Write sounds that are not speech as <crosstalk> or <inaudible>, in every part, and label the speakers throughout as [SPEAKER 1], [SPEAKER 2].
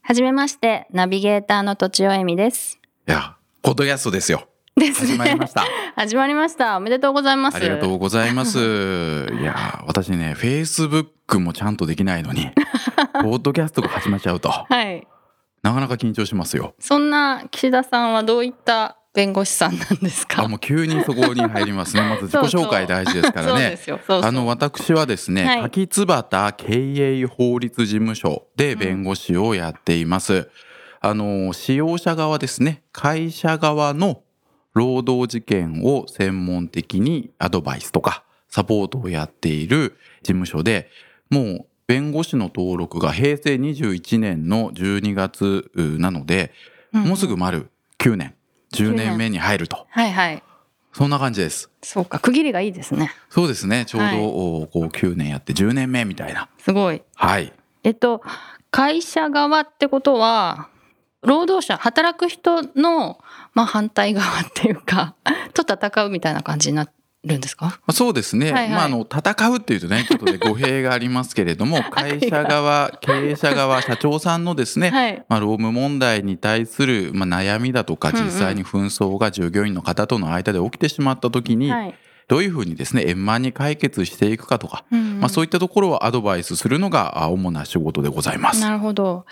[SPEAKER 1] はじめましてナビゲーターのとちおえみです
[SPEAKER 2] いや、ポッドキャストですよ。
[SPEAKER 1] ですね
[SPEAKER 2] 始ま
[SPEAKER 1] <laughs>
[SPEAKER 2] りま <laughs> した。
[SPEAKER 1] 始まりましたおめでとうございます
[SPEAKER 2] ありがとうございます。いや、私ね、Facebook もちゃんとできないの <laughs> に、ポッドキャストが始まっちゃうと、
[SPEAKER 1] はい
[SPEAKER 2] なかなか緊張しますよ。
[SPEAKER 1] そんな岸田さんはどういった弁護士さんなんですか
[SPEAKER 2] あ、もう急にそこに入りますね。まず自己紹介大事ですから
[SPEAKER 1] そう
[SPEAKER 2] ね
[SPEAKER 1] で。すよそうそう
[SPEAKER 2] あの私はですね、
[SPEAKER 1] はい
[SPEAKER 2] 柿津畑経営法律事務所で弁護士をやっています、あの使用者側ですね会社側の労働事件を専門的にアドバイスとかサポートをやっている事務所でもう弁護士の登録が平成21年の12月うなので、
[SPEAKER 1] うん
[SPEAKER 2] もうすぐ丸9年10年目に入ると
[SPEAKER 1] はいはい
[SPEAKER 2] そんな感じです
[SPEAKER 1] そうか区切りがいいですね
[SPEAKER 2] そうですねちょうど、
[SPEAKER 1] はい
[SPEAKER 2] おこう9年やって10年目みたいな
[SPEAKER 1] すごい
[SPEAKER 2] はい。
[SPEAKER 1] えっと会社側ってことは労働者働く人の、まあ、反対側っていうか <laughs> と戦うみたいな感じになるんですか
[SPEAKER 2] まあそうですね。
[SPEAKER 1] はいはい
[SPEAKER 2] まあ、あの、戦うっていうとね、ちょっとね、語弊がありますけれ
[SPEAKER 1] <laughs>
[SPEAKER 2] ども、会社側、経営者側、社長さんのですね、
[SPEAKER 1] はい
[SPEAKER 2] まあ、労務問題に対する、まあ、悩みだとか、
[SPEAKER 1] うんうん
[SPEAKER 2] 実際に紛争が従業員の方との間で起きてしまった時に、
[SPEAKER 1] はい、
[SPEAKER 2] どういうふうにですね、円満に解決していくかとか、
[SPEAKER 1] うん
[SPEAKER 2] まあ、そういったところをアドバイスするのが、あ主な仕事でございます。
[SPEAKER 1] なるほど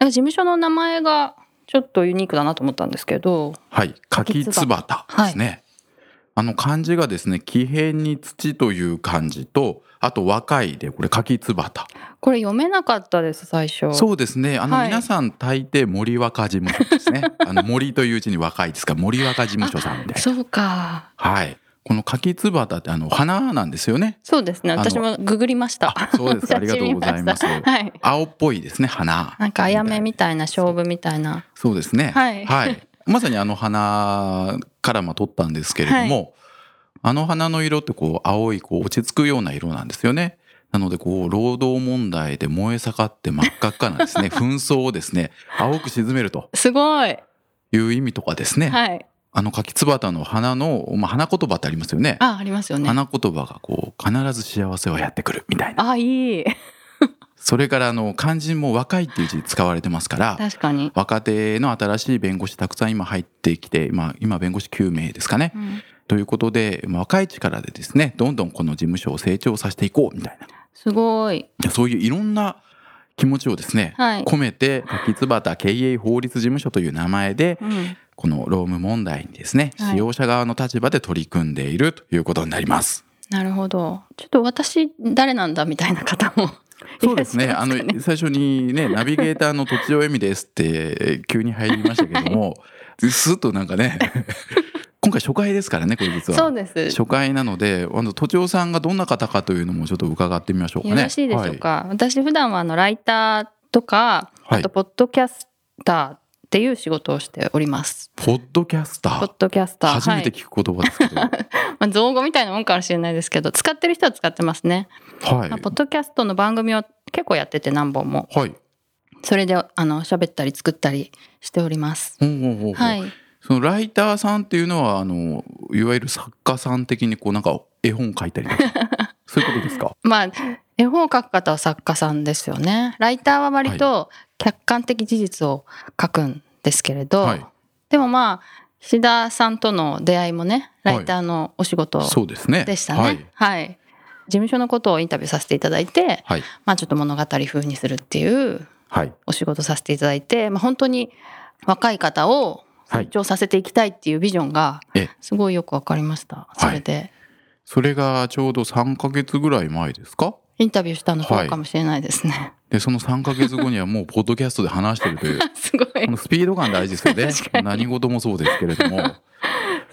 [SPEAKER 1] なんか事務所の名前がちょっとユニークだなと思ったんですけど
[SPEAKER 2] はい。柿つばたですね。あの漢字がですね、木片に土という漢字と、あと若いで、これ柿つばた。
[SPEAKER 1] これ読めなかったです最初
[SPEAKER 2] そうですね。あの、
[SPEAKER 1] はい
[SPEAKER 2] 皆さん大抵森若事務所です
[SPEAKER 1] <laughs>
[SPEAKER 2] ね。あの森といううちに若いですから森若事務所さんで。
[SPEAKER 1] そうか
[SPEAKER 2] はい。この柿つばたってあの花なんですよね。
[SPEAKER 1] そうですね
[SPEAKER 2] あの
[SPEAKER 1] 私もググりました
[SPEAKER 2] あ
[SPEAKER 1] <laughs>
[SPEAKER 2] そうです
[SPEAKER 1] 写真
[SPEAKER 2] ありがとうございます
[SPEAKER 1] 見した <laughs> はい
[SPEAKER 2] 青っぽいですね花。
[SPEAKER 1] なんかあやめみたいな勝負みたいな
[SPEAKER 2] そうですね。
[SPEAKER 1] はい
[SPEAKER 2] まさにあの花からまあ取ったんですけれども、あの花の色ってこう青いこう落ち着くような色なんですよね。なのでこう労働問題で燃え盛って真っ赤っかな
[SPEAKER 1] <laughs>
[SPEAKER 2] ですね紛争をですね青く沈めると
[SPEAKER 1] すごい
[SPEAKER 2] いう意味とかですね。
[SPEAKER 1] はい
[SPEAKER 2] あの柿つばたの花の、まあ、花言葉ってありますよね。
[SPEAKER 1] あありますよね
[SPEAKER 2] 花言葉がこう必ず幸せはやってくるみたいな。
[SPEAKER 1] あいい
[SPEAKER 2] それからあの漢字も若いっていう字使われてますから。
[SPEAKER 1] 確かに、
[SPEAKER 2] 若手の新しい弁護士たくさん今入ってきて、まあ、今弁護士9名ですかね
[SPEAKER 1] う。ん
[SPEAKER 2] ということで、まあ、若い力でですねどんどんこの事務所を成長させていこうみたいな
[SPEAKER 1] すごい
[SPEAKER 2] いやそういういろんな気持ちをですね、
[SPEAKER 1] はい
[SPEAKER 2] 込めて柿つばた経営法律事務所という名前で
[SPEAKER 1] うん
[SPEAKER 2] この労務問題にですね、
[SPEAKER 1] はい
[SPEAKER 2] 使用者側の立場で取り組んでいるということになります。
[SPEAKER 1] なるほどちょっと私誰なんだみたいな方 <laughs> も
[SPEAKER 2] そうですね。
[SPEAKER 1] いらっしゃ
[SPEAKER 2] あ
[SPEAKER 1] いま
[SPEAKER 2] の
[SPEAKER 1] すかね
[SPEAKER 2] 最初にねナビゲーターのとちおえみですって急に入りました
[SPEAKER 1] <laughs>
[SPEAKER 2] けども、スッとなんかね <laughs> 今回初回ですからねこれ
[SPEAKER 1] <laughs>
[SPEAKER 2] 実
[SPEAKER 1] そう
[SPEAKER 2] は。
[SPEAKER 1] です
[SPEAKER 2] 初回なので、あのとちおさんがどんな方かというのもちょっと伺ってみましょうか
[SPEAKER 1] よ
[SPEAKER 2] ね。
[SPEAKER 1] ろしいでしょうか、私普段はあのライターとかあ
[SPEAKER 2] はい。は
[SPEAKER 1] と
[SPEAKER 2] い。
[SPEAKER 1] ポッドキャスターっていう仕事をしております
[SPEAKER 2] ポッドキャスタ
[SPEAKER 1] ポッ
[SPEAKER 2] ー。
[SPEAKER 1] ドキャスター
[SPEAKER 2] 初めて聞く言葉ですけど、はい。
[SPEAKER 1] はいまあ、造語みたいなもんかもしれないですけど使ってる人は使ってますね、まあ、ポッドキャストの番組を結構やってて何本も
[SPEAKER 2] はい。
[SPEAKER 1] それであの喋ったり作ったりしております
[SPEAKER 2] ほうほうほうほう
[SPEAKER 1] はい
[SPEAKER 2] そのライターさんっていうのはあのいわゆる作家さん的にこうなんか絵本書いたりとか
[SPEAKER 1] <laughs>
[SPEAKER 2] そういうことですか。
[SPEAKER 1] まあ絵本を書く方は作家さんですよねライターは割と客観的事実を書くんですけれど、
[SPEAKER 2] はい。
[SPEAKER 1] でもまあ菱田さんとの出会いもねライターのお仕事
[SPEAKER 2] そうですね。
[SPEAKER 1] でしたね、は
[SPEAKER 2] はいい。
[SPEAKER 1] 事務所のことをインタビューさせていただいて、
[SPEAKER 2] はい。
[SPEAKER 1] まあ、ちょっと物語風にするっていう
[SPEAKER 2] はい。
[SPEAKER 1] お仕事させていただいて、まあ、本当に若い方を
[SPEAKER 2] はい
[SPEAKER 1] 成長させていきたいっていうビジョンが
[SPEAKER 2] ええ
[SPEAKER 1] すごいよくわかりました、
[SPEAKER 2] い
[SPEAKER 1] それで
[SPEAKER 2] それがちょうど3ヶ月ぐらい前ですか
[SPEAKER 1] インタビューしたのそ
[SPEAKER 2] は
[SPEAKER 1] う
[SPEAKER 2] い
[SPEAKER 1] かもしれないですね、
[SPEAKER 2] で、その3ヶ月後にはもうポッドキャスト
[SPEAKER 1] <laughs>
[SPEAKER 2] で話してるという、
[SPEAKER 1] すごい
[SPEAKER 2] このスピード感大事ですよね
[SPEAKER 1] 確か。に
[SPEAKER 2] 何事もそうですけれども。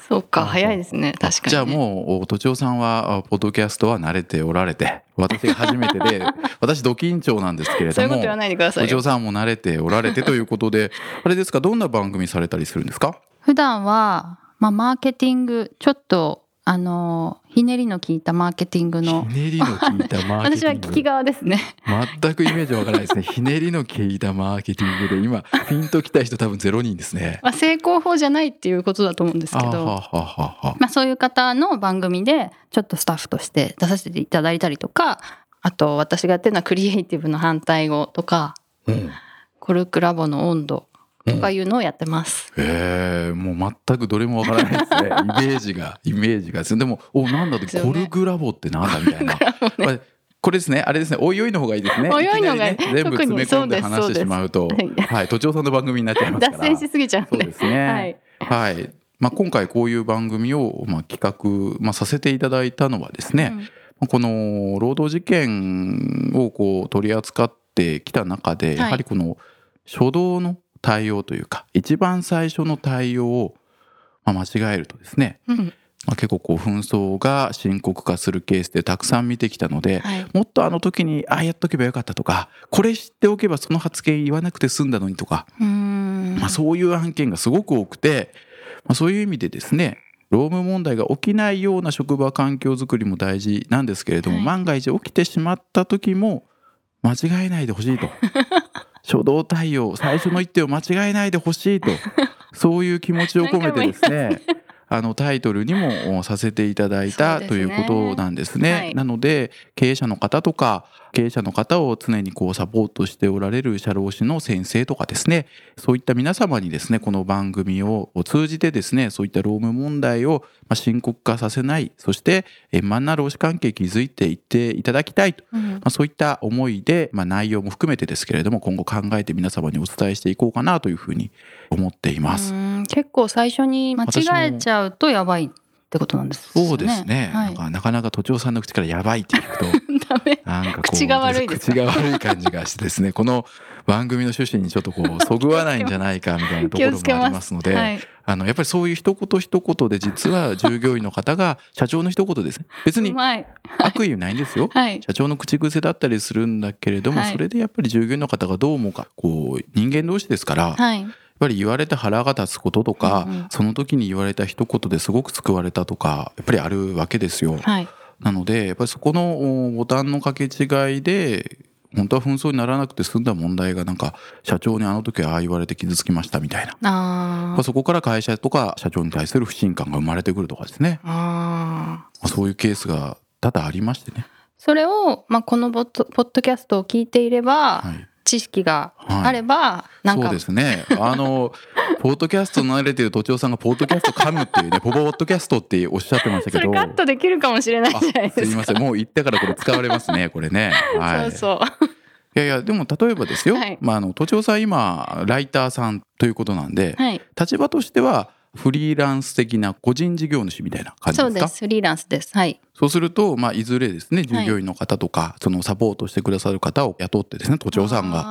[SPEAKER 3] そうか、早いですね。確かに、ね。
[SPEAKER 2] じゃあもう、とちおさんは、あポッドキャストは慣れておられて、私が初めてで、私、ド緊張なんですけれども、
[SPEAKER 3] そういうこと言わないでくださいよ
[SPEAKER 2] とちおさんも慣れておられてということで、あれですか、どんな番組されたりするんですか
[SPEAKER 1] 普段は、まあ、マーケティング、ちょっと、あの、ひねりの効いたマーケティングの、
[SPEAKER 2] ひねりの聞いたマーケティング。
[SPEAKER 1] 私は聞き側ですね。
[SPEAKER 2] 全くイメージわからないですね。ひねりの効いたマーケティングで、今、ピンときた人多分ゼロ人ですね。
[SPEAKER 1] まあ、成功法じゃないっていうことだと思うんですけ
[SPEAKER 2] あは
[SPEAKER 1] ど。
[SPEAKER 2] ははは。
[SPEAKER 1] まあ、そういう方の番組でちょっとスタッフとして出させていただいたりとかあと私がやってるのはクリエイティブの反対語とか
[SPEAKER 2] うん
[SPEAKER 1] コルクラボの温度とかいうのをやってます。
[SPEAKER 2] ええもう全くどれもわからないですね。イメージ
[SPEAKER 3] <laughs>
[SPEAKER 2] が、イメージがですね。でも、お、なんだっ
[SPEAKER 1] です
[SPEAKER 2] て、
[SPEAKER 1] よね
[SPEAKER 2] コルグラボってなんだみた
[SPEAKER 3] <laughs>
[SPEAKER 2] いな。あれこれですね、あれですね、おいおいの方がいいですね。
[SPEAKER 3] おいおいの方がいい
[SPEAKER 2] きなりね全部詰め込んで
[SPEAKER 3] 特に
[SPEAKER 2] 話
[SPEAKER 3] そう
[SPEAKER 2] し
[SPEAKER 3] です
[SPEAKER 2] てしまうと
[SPEAKER 3] そうで、す
[SPEAKER 2] はい、都庁さんの番組になっちゃいますから。
[SPEAKER 3] 脱線しすぎちゃう
[SPEAKER 2] そ
[SPEAKER 3] ん
[SPEAKER 2] う
[SPEAKER 3] で。
[SPEAKER 2] ですね。
[SPEAKER 3] はい。
[SPEAKER 2] はい。まあ、今回こういう番組を、まあ、企画、まあ、させていただいたのはですね、
[SPEAKER 1] うん
[SPEAKER 2] まあこの労働事件をこう取り扱ってきた中で、
[SPEAKER 1] い
[SPEAKER 2] やはりこの初動の対応というか一番最初の対応を、まあ、間違えるとですね、
[SPEAKER 1] うん
[SPEAKER 2] まあ、結構こう紛争が深刻化するケースでたくさん見てきたので、
[SPEAKER 1] はい
[SPEAKER 2] もっとあの時にああやっとけばよかったとかこれ知っておけばその発言言わなくて済んだのにとか
[SPEAKER 1] うーん
[SPEAKER 2] まあ、そういう案件がすごく多くて、まあ、そういう意味でですね労務問題が起きないような職場環境づくりも大事なんですけれども、
[SPEAKER 1] はい
[SPEAKER 2] 万が一起きてしまった時も間違えないでほ
[SPEAKER 1] <laughs>
[SPEAKER 2] しいと初動対応最初の一手を間違えないでほしいとそういう気持ちを込めてですねあのタイトルにもさせていただいた、
[SPEAKER 3] そう
[SPEAKER 2] とい
[SPEAKER 3] です
[SPEAKER 2] う
[SPEAKER 3] ね
[SPEAKER 2] ことなんですね。
[SPEAKER 3] はい
[SPEAKER 2] なので経営者の方とか経営者の方を常にこうサポートしておられる社労士の先生とかですねそういった皆様にですねこの番組を通じてですねそういった労務問題をまあ深刻化させないそして円満な労使関係築いていっていただきたいと、
[SPEAKER 1] うん
[SPEAKER 2] まあ、そういった思いで、まあ、内容も含めてですけれども今後考えて皆様にお伝えしていこうかなというふうに思っています。
[SPEAKER 1] うーん結構最初に間違えちゃうとやばいってことなんですね。
[SPEAKER 2] そうですね。
[SPEAKER 1] は
[SPEAKER 2] なん
[SPEAKER 1] い、
[SPEAKER 2] かなかなか都庁さんの口からやばいって聞くと、
[SPEAKER 1] <laughs>
[SPEAKER 3] ダメ。
[SPEAKER 2] なんかこう
[SPEAKER 3] 口が悪いですか
[SPEAKER 2] 口が悪い感じがしてですね <laughs> この番組の趣旨にちょっとこうそぐわないんじゃないかみたいなとこ
[SPEAKER 3] 気を
[SPEAKER 2] ろ
[SPEAKER 3] つけ
[SPEAKER 2] もあり
[SPEAKER 3] ま
[SPEAKER 2] ます
[SPEAKER 3] す。
[SPEAKER 2] ので
[SPEAKER 3] はい。
[SPEAKER 2] あのやっぱりそういう一言一言で実は従業員の方が社長の一言です別
[SPEAKER 3] う
[SPEAKER 2] に
[SPEAKER 3] まい。
[SPEAKER 2] 悪意ないんですよ、
[SPEAKER 3] はい。
[SPEAKER 2] 社長の口癖だったりするんだけれども、
[SPEAKER 3] はい
[SPEAKER 2] それでやっぱり従業員の方がどう思うかこう人間同士ですから、
[SPEAKER 3] はい。
[SPEAKER 2] やっぱり言われて腹が立つこととか、
[SPEAKER 3] うんうん
[SPEAKER 2] その時に言われた一言ですごく救われたとかやっぱりあるわけですよ。
[SPEAKER 3] はい。
[SPEAKER 2] なのでやっぱりそこのおボタンの掛け違いで本当は紛争にならなくて済んだ問題がなんか社長にあの時ああ言われて傷つきましたみたいな。
[SPEAKER 3] あ
[SPEAKER 2] まあ
[SPEAKER 3] ー
[SPEAKER 2] そこから会社とか社長に対する不信感が生まれてくるとかですね。
[SPEAKER 3] あー。
[SPEAKER 2] まあそういうケースが多々ありましてね。
[SPEAKER 1] それを、まあ、このボットポッドキャストを聞いていれば、
[SPEAKER 2] はい。
[SPEAKER 1] 知識が
[SPEAKER 2] はい、
[SPEAKER 1] あれば、なん
[SPEAKER 2] そう
[SPEAKER 1] か
[SPEAKER 2] ですね。あの、ポッドキャストの慣れてる都庁さんがポッドキャスト噛むっていうね、ポポッドキャストっておっしゃってましたけ
[SPEAKER 3] それ
[SPEAKER 2] ど。
[SPEAKER 3] カットできるかもしれないじ
[SPEAKER 2] あ
[SPEAKER 3] ゃない
[SPEAKER 2] す
[SPEAKER 3] で
[SPEAKER 2] み
[SPEAKER 3] す
[SPEAKER 2] ま
[SPEAKER 3] か。
[SPEAKER 2] せん。もう言ったからこれ使われますね、これね。はい。
[SPEAKER 3] そうそ
[SPEAKER 2] い
[SPEAKER 3] う。
[SPEAKER 2] やいや、でも例えばですよ。
[SPEAKER 3] はい
[SPEAKER 2] まあ、あの、都庁さん今、ライターさんということなんで、
[SPEAKER 3] はい。
[SPEAKER 2] 立場としては、フリーランス的な個人事業主みたいな感じ
[SPEAKER 1] そ
[SPEAKER 2] で
[SPEAKER 1] う
[SPEAKER 2] す
[SPEAKER 1] で
[SPEAKER 2] か
[SPEAKER 1] す。フリーランスです。はい。
[SPEAKER 2] そうすると、まあ、いずれですね、従業員の方とか、そのサポートしてくださる方を雇ってですね、都庁さんが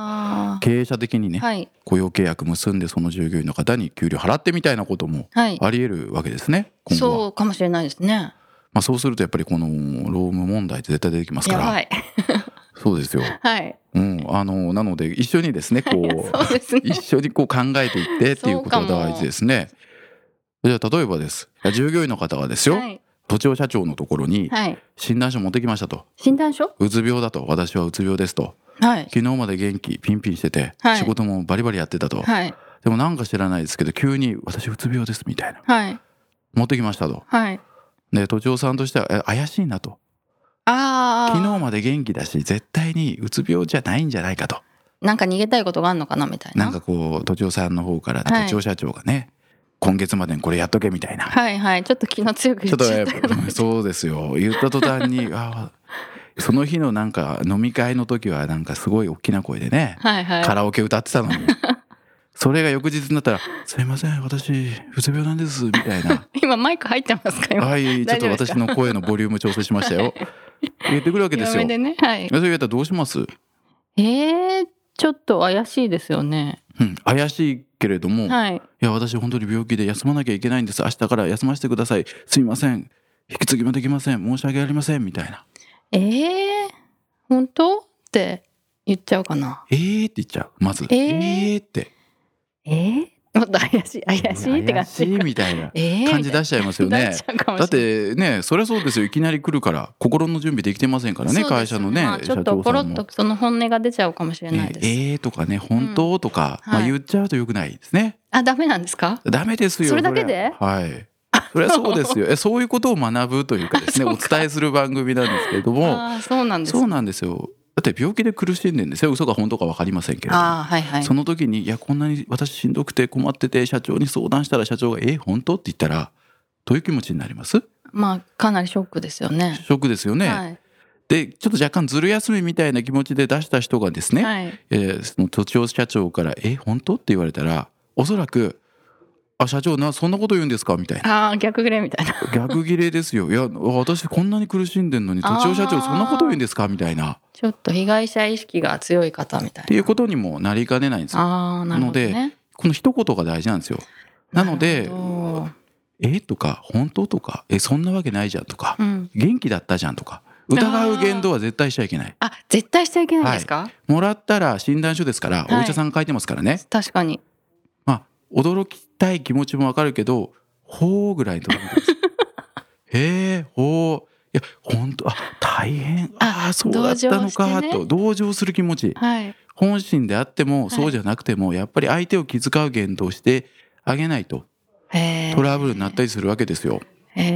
[SPEAKER 1] が
[SPEAKER 2] 経営者的にね、
[SPEAKER 1] はい。
[SPEAKER 2] 雇用契約結んで、その従業員の方に給料払ってみたいなことも
[SPEAKER 1] はい。
[SPEAKER 2] あり得るわけですね、今後は。
[SPEAKER 1] そうかもしれないですね。
[SPEAKER 2] まあ、そうすると、やっぱりこの労務問題って絶対出てきますか
[SPEAKER 3] やば
[SPEAKER 2] ら、
[SPEAKER 3] い。
[SPEAKER 2] そうですよ。
[SPEAKER 3] はい。
[SPEAKER 2] うん、あの、なので、一緒にですね、こう、
[SPEAKER 3] そうですね。
[SPEAKER 2] <laughs> 一緒にこう考えていってっていうことが大事ですね。じゃあ例えばです。従業員の方がですよ、
[SPEAKER 3] はい。
[SPEAKER 2] 都庁社長のところに
[SPEAKER 3] はい。
[SPEAKER 2] 診断書持ってきましたと。
[SPEAKER 1] 診断書
[SPEAKER 2] うつ病だと。私はうつ病ですと。
[SPEAKER 1] はい。
[SPEAKER 2] 昨日まで元気、ピンピンしてて、
[SPEAKER 3] はい
[SPEAKER 2] 仕事もバリバリやってたと。
[SPEAKER 3] はい。
[SPEAKER 2] でもなんか知らないですけど、急に私うつ病ですみたいな。
[SPEAKER 3] はい。
[SPEAKER 2] 持ってきましたと。
[SPEAKER 3] はい。
[SPEAKER 2] で、都庁さんとしては、え怪しいなと。
[SPEAKER 3] ああ。
[SPEAKER 2] 昨日まで元気だし、絶対にうつ病じゃないんじゃないかと。
[SPEAKER 1] なんか逃げたいことがあるのかなみたいな。
[SPEAKER 2] なんかこう、都庁さんの方から、
[SPEAKER 3] はい
[SPEAKER 2] 都庁社長がね、今月までにこれやっとけみたいな。
[SPEAKER 1] はいはい。ちょっと気の強く
[SPEAKER 2] ち
[SPEAKER 1] 言っ
[SPEAKER 2] ょっと
[SPEAKER 1] ちゃ
[SPEAKER 2] や
[SPEAKER 1] っ。
[SPEAKER 2] ったぱそうですよ言った途端にあーその日のなんか飲み会の時はなんかすごい大きな声でね、
[SPEAKER 3] はいはい。
[SPEAKER 2] カラオケ歌ってたのにそれが翌日になったら「すいません私うつ病なんです」みたい
[SPEAKER 3] <laughs>
[SPEAKER 2] な
[SPEAKER 3] 今マイク入ってますか
[SPEAKER 2] 「
[SPEAKER 3] 今。
[SPEAKER 2] はいちょっ
[SPEAKER 3] 大丈
[SPEAKER 2] と
[SPEAKER 3] 夫で
[SPEAKER 2] 私
[SPEAKER 3] すか
[SPEAKER 2] の声のボリューム調整しましたよ」言ってくるわけです
[SPEAKER 3] 強
[SPEAKER 2] よ。
[SPEAKER 3] めでね。はい
[SPEAKER 2] そ。れ言ったらどうします
[SPEAKER 1] えー、ちょっと怪しいですよね。
[SPEAKER 2] ううん、怪しいけれども、い、
[SPEAKER 3] はい。
[SPEAKER 2] や私本当に病気で休まなきゃいけないんです明日から休ませてくださいすいません引き継ぎもできません申し訳ありませんみたいな
[SPEAKER 3] ええ本当って言っちゃうかな。
[SPEAKER 2] えーって言っちゃうまず
[SPEAKER 3] えー
[SPEAKER 2] えーって
[SPEAKER 1] えー、
[SPEAKER 3] もっと怪しい、怪しいって感
[SPEAKER 2] 怪しい
[SPEAKER 3] じ。
[SPEAKER 2] みたいな
[SPEAKER 3] ええ
[SPEAKER 2] 感じ出しちゃいますよね
[SPEAKER 3] 出しちゃうかも
[SPEAKER 2] だっ
[SPEAKER 3] しれ <laughs> ない
[SPEAKER 2] てねそりゃそうですよいきなり来るから心の準備できてませんからね
[SPEAKER 3] そうで
[SPEAKER 2] 会
[SPEAKER 3] すよ
[SPEAKER 2] 社のね、
[SPEAKER 3] まあちょっ
[SPEAKER 2] 社
[SPEAKER 3] と
[SPEAKER 2] 長さ
[SPEAKER 3] ポロ
[SPEAKER 2] ん
[SPEAKER 3] ッ
[SPEAKER 2] も
[SPEAKER 3] と。その本音が出ちゃうかもしれない
[SPEAKER 2] ね
[SPEAKER 3] です。
[SPEAKER 2] えーとかね本当とか、まあ、
[SPEAKER 3] はい
[SPEAKER 2] 言っちゃうとよくないですね。
[SPEAKER 3] あ、ダメなんですか？
[SPEAKER 2] ダメですよ。
[SPEAKER 3] それだけ
[SPEAKER 2] りゃ
[SPEAKER 3] で
[SPEAKER 2] はい。それはそうです
[SPEAKER 3] <laughs>
[SPEAKER 2] よ。え、そういうことを学ぶというかですね、
[SPEAKER 3] あそ
[SPEAKER 2] お
[SPEAKER 3] うか
[SPEAKER 2] 伝えする番組なんですけれども、
[SPEAKER 3] ああ、そうなんです。
[SPEAKER 2] そうなんですよ。だって病気で苦しんでんですよ。嘘か本当かわかりませんけれども。
[SPEAKER 3] ああ、はいはい。
[SPEAKER 2] その時に、いや、こんなに私しんどくて困ってて、社長に相談したら社長が、え、本当って言ったら、どういう気持ちになります
[SPEAKER 3] まあかなりショックですよね。
[SPEAKER 2] ショックですよね。
[SPEAKER 3] はい
[SPEAKER 2] で、ちょっと若干ずる休みみたいな気持ちで出した人がですね、
[SPEAKER 3] はい。
[SPEAKER 2] えーその土地社長から「え本当?」って言われたらおそらく「あ社長なそんなこと言うんですか?」みた
[SPEAKER 3] <laughs>
[SPEAKER 2] いな
[SPEAKER 3] ああ、逆ぐれみたいな。
[SPEAKER 2] 逆ギレですよ「いや私こんなに苦しんでんのに土
[SPEAKER 3] あー
[SPEAKER 2] 地社長そんなこと言うんですか?」みたいなっ
[SPEAKER 3] ちょっと被害者意識が強い方みたい
[SPEAKER 2] てい
[SPEAKER 3] な。
[SPEAKER 2] うことにもなりかねないんですよ
[SPEAKER 3] ああ、なるほどね。
[SPEAKER 2] この一言が大事なんですよなの
[SPEAKER 3] なる
[SPEAKER 2] で
[SPEAKER 3] ほど
[SPEAKER 2] 「えとか「本当?」とか「えそんなわけないじゃん」とか
[SPEAKER 3] うん
[SPEAKER 2] 「元気だったじゃん」とか疑う言動は絶対しちゃいけない
[SPEAKER 3] あ、絶対しちゃいけないんですか？
[SPEAKER 2] もらったら診断書ですから
[SPEAKER 3] はい
[SPEAKER 2] お医者さんが書いてますからね
[SPEAKER 3] 確かに。
[SPEAKER 2] まあ、驚きたい気持ちもわかるけど、ほうぐらいのところ
[SPEAKER 3] <laughs>
[SPEAKER 2] です。へえ、ほう。いや、本当あ、大変。ああ、そうだったのか、
[SPEAKER 3] 同情してね
[SPEAKER 2] と、同情する気持ち。
[SPEAKER 3] はい。
[SPEAKER 2] 本心であっても、
[SPEAKER 3] い
[SPEAKER 2] そうじゃなくても、やっぱり相手を気遣う言動をしてあげないと、
[SPEAKER 3] へ
[SPEAKER 2] トラブルになったりするわけですよ。
[SPEAKER 3] え。へ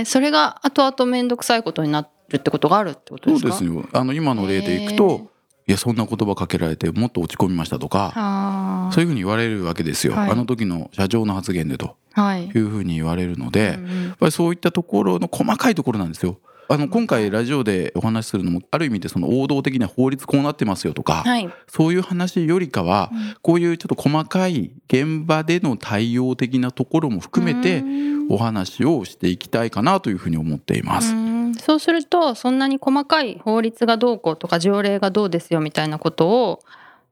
[SPEAKER 3] え。それが後々面倒くさいことになるってことがあるってこ
[SPEAKER 2] そ
[SPEAKER 3] とで
[SPEAKER 2] う
[SPEAKER 3] すか？
[SPEAKER 2] です
[SPEAKER 3] ね。
[SPEAKER 2] よ。あの、今の例でいくと、いや、そんな言葉かけられて、もっと落ち込みましたとか、
[SPEAKER 3] あ
[SPEAKER 2] そういうふうに言われるわけですよ。
[SPEAKER 3] はい
[SPEAKER 2] あの時の社長の発言でと
[SPEAKER 3] あ。はい
[SPEAKER 2] い。うふうに言われるので、
[SPEAKER 3] うんうん
[SPEAKER 2] やっぱりそういったところの細かいところなんですよ。あの今回ラジオでお話しするのもある意味でその王道的な法律こうなってますよとか、
[SPEAKER 3] はい。
[SPEAKER 2] そういう話よりかはこういうちょっと細かい現場での対応的なところも含めて
[SPEAKER 3] うん
[SPEAKER 2] お話をしていきたいかなというふうに思っていま
[SPEAKER 3] う
[SPEAKER 2] す。
[SPEAKER 3] んそうするとそんなに細かい法律がどうこうとか条例がどうですよみたいなことを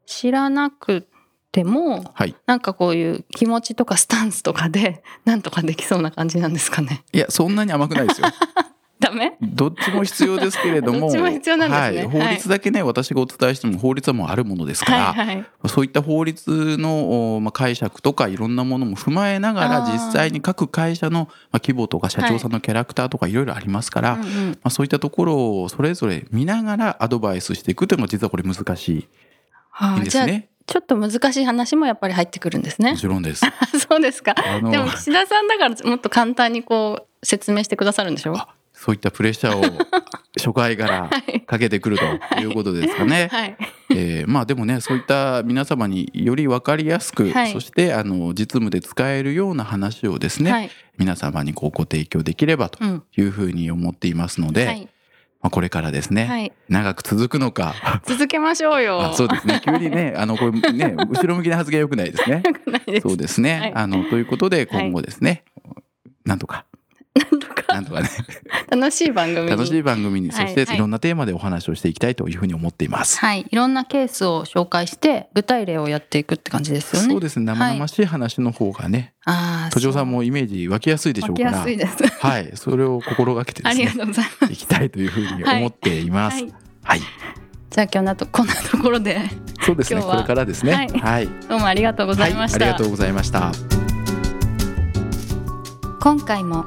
[SPEAKER 3] 知らなくても
[SPEAKER 2] はい、
[SPEAKER 3] なんかこういう気持ちとかスタンスとかでなんとかできそうな感じなんですかね。
[SPEAKER 2] いやそんなに甘くないですよ。
[SPEAKER 3] ダメ
[SPEAKER 2] どっちも必要ですけれども
[SPEAKER 3] <laughs> どっちも必要なんですね
[SPEAKER 2] はい、
[SPEAKER 3] は
[SPEAKER 2] 法
[SPEAKER 3] い
[SPEAKER 2] 律だけね私がお伝えしても法律はもうあるものですから、
[SPEAKER 3] はいはい。
[SPEAKER 2] そういった法律のおまあ解釈とかいろんなものも踏まえながら
[SPEAKER 3] あー
[SPEAKER 2] 実際に各会社のまあ規模とか社長さんのキャラクターとかいろいろありますから、
[SPEAKER 3] うん
[SPEAKER 2] ま
[SPEAKER 3] うん
[SPEAKER 2] あ、そういったところをそれぞれ見ながらアドバイスしていくというのが実はこれ難しい
[SPEAKER 3] あ
[SPEAKER 2] ん
[SPEAKER 3] ー
[SPEAKER 2] で
[SPEAKER 3] じゃ
[SPEAKER 2] す
[SPEAKER 3] あ
[SPEAKER 2] ね。
[SPEAKER 3] ちょっと難しい話もやっぱり入ってくるんですね
[SPEAKER 2] も。ちろん
[SPEAKER 3] <laughs>
[SPEAKER 2] です。あ
[SPEAKER 3] そうですか。
[SPEAKER 2] の
[SPEAKER 3] でも岸田さんだからもっと簡単にこう説明してくださるんでしょう。
[SPEAKER 2] あ
[SPEAKER 3] は
[SPEAKER 2] そういったプレッシャーを初回から
[SPEAKER 3] い。
[SPEAKER 2] かけてくるということですかね。
[SPEAKER 3] はい。 <laughs>
[SPEAKER 2] えーまあでもねそういった皆様により分かりやすく、
[SPEAKER 3] はい
[SPEAKER 2] そしてあの実務で使えるような話をですね、
[SPEAKER 3] はい。
[SPEAKER 2] 皆様にこうご提供できればと
[SPEAKER 3] うん。
[SPEAKER 2] いうふうに思っていますので、
[SPEAKER 3] はい。
[SPEAKER 2] まあ、これからですね、
[SPEAKER 3] はい。
[SPEAKER 2] 長く続くの
[SPEAKER 3] <laughs>
[SPEAKER 2] か
[SPEAKER 3] 続けましょうよ。
[SPEAKER 2] あそうですね急にねあのこれね後ろ向きな発言よくないですね。
[SPEAKER 3] <laughs> <laughs> ないです
[SPEAKER 2] そうですね、
[SPEAKER 3] はい
[SPEAKER 2] あのということで
[SPEAKER 3] はい
[SPEAKER 2] 今後ですね、なんとか
[SPEAKER 3] なんとか
[SPEAKER 2] なんとか
[SPEAKER 3] <laughs>
[SPEAKER 2] ね
[SPEAKER 3] 楽しい番組に
[SPEAKER 2] 楽しい番組に、
[SPEAKER 3] は
[SPEAKER 2] そ
[SPEAKER 3] い
[SPEAKER 2] して
[SPEAKER 3] はい
[SPEAKER 2] いろんなテーマでお話をしていきたいというふうに思っています。
[SPEAKER 3] はい、いろんなケースを紹介して具体例をやっていくって感じですよね。
[SPEAKER 2] そうですね生々しい話の方がね、
[SPEAKER 3] ああ、
[SPEAKER 2] 都庁さんもイメージ湧きやすいでし
[SPEAKER 3] そう
[SPEAKER 2] ょ
[SPEAKER 3] 湧
[SPEAKER 2] う
[SPEAKER 3] き
[SPEAKER 2] か
[SPEAKER 3] や
[SPEAKER 2] ら
[SPEAKER 3] すいです。
[SPEAKER 2] はいそれを心がけてで
[SPEAKER 3] <laughs> あ
[SPEAKER 2] す
[SPEAKER 3] りが
[SPEAKER 2] ね
[SPEAKER 3] とうございます。
[SPEAKER 2] いきたいというふうに思っています。
[SPEAKER 3] はい、
[SPEAKER 2] はい、
[SPEAKER 3] じゃあ今日なとこんなところで
[SPEAKER 2] そうですね
[SPEAKER 3] 今
[SPEAKER 2] こ
[SPEAKER 3] 日は
[SPEAKER 2] れからですね
[SPEAKER 3] はい
[SPEAKER 2] はい
[SPEAKER 3] どうもありがとうございました。
[SPEAKER 2] はい、ありがとうございました。
[SPEAKER 1] 今回も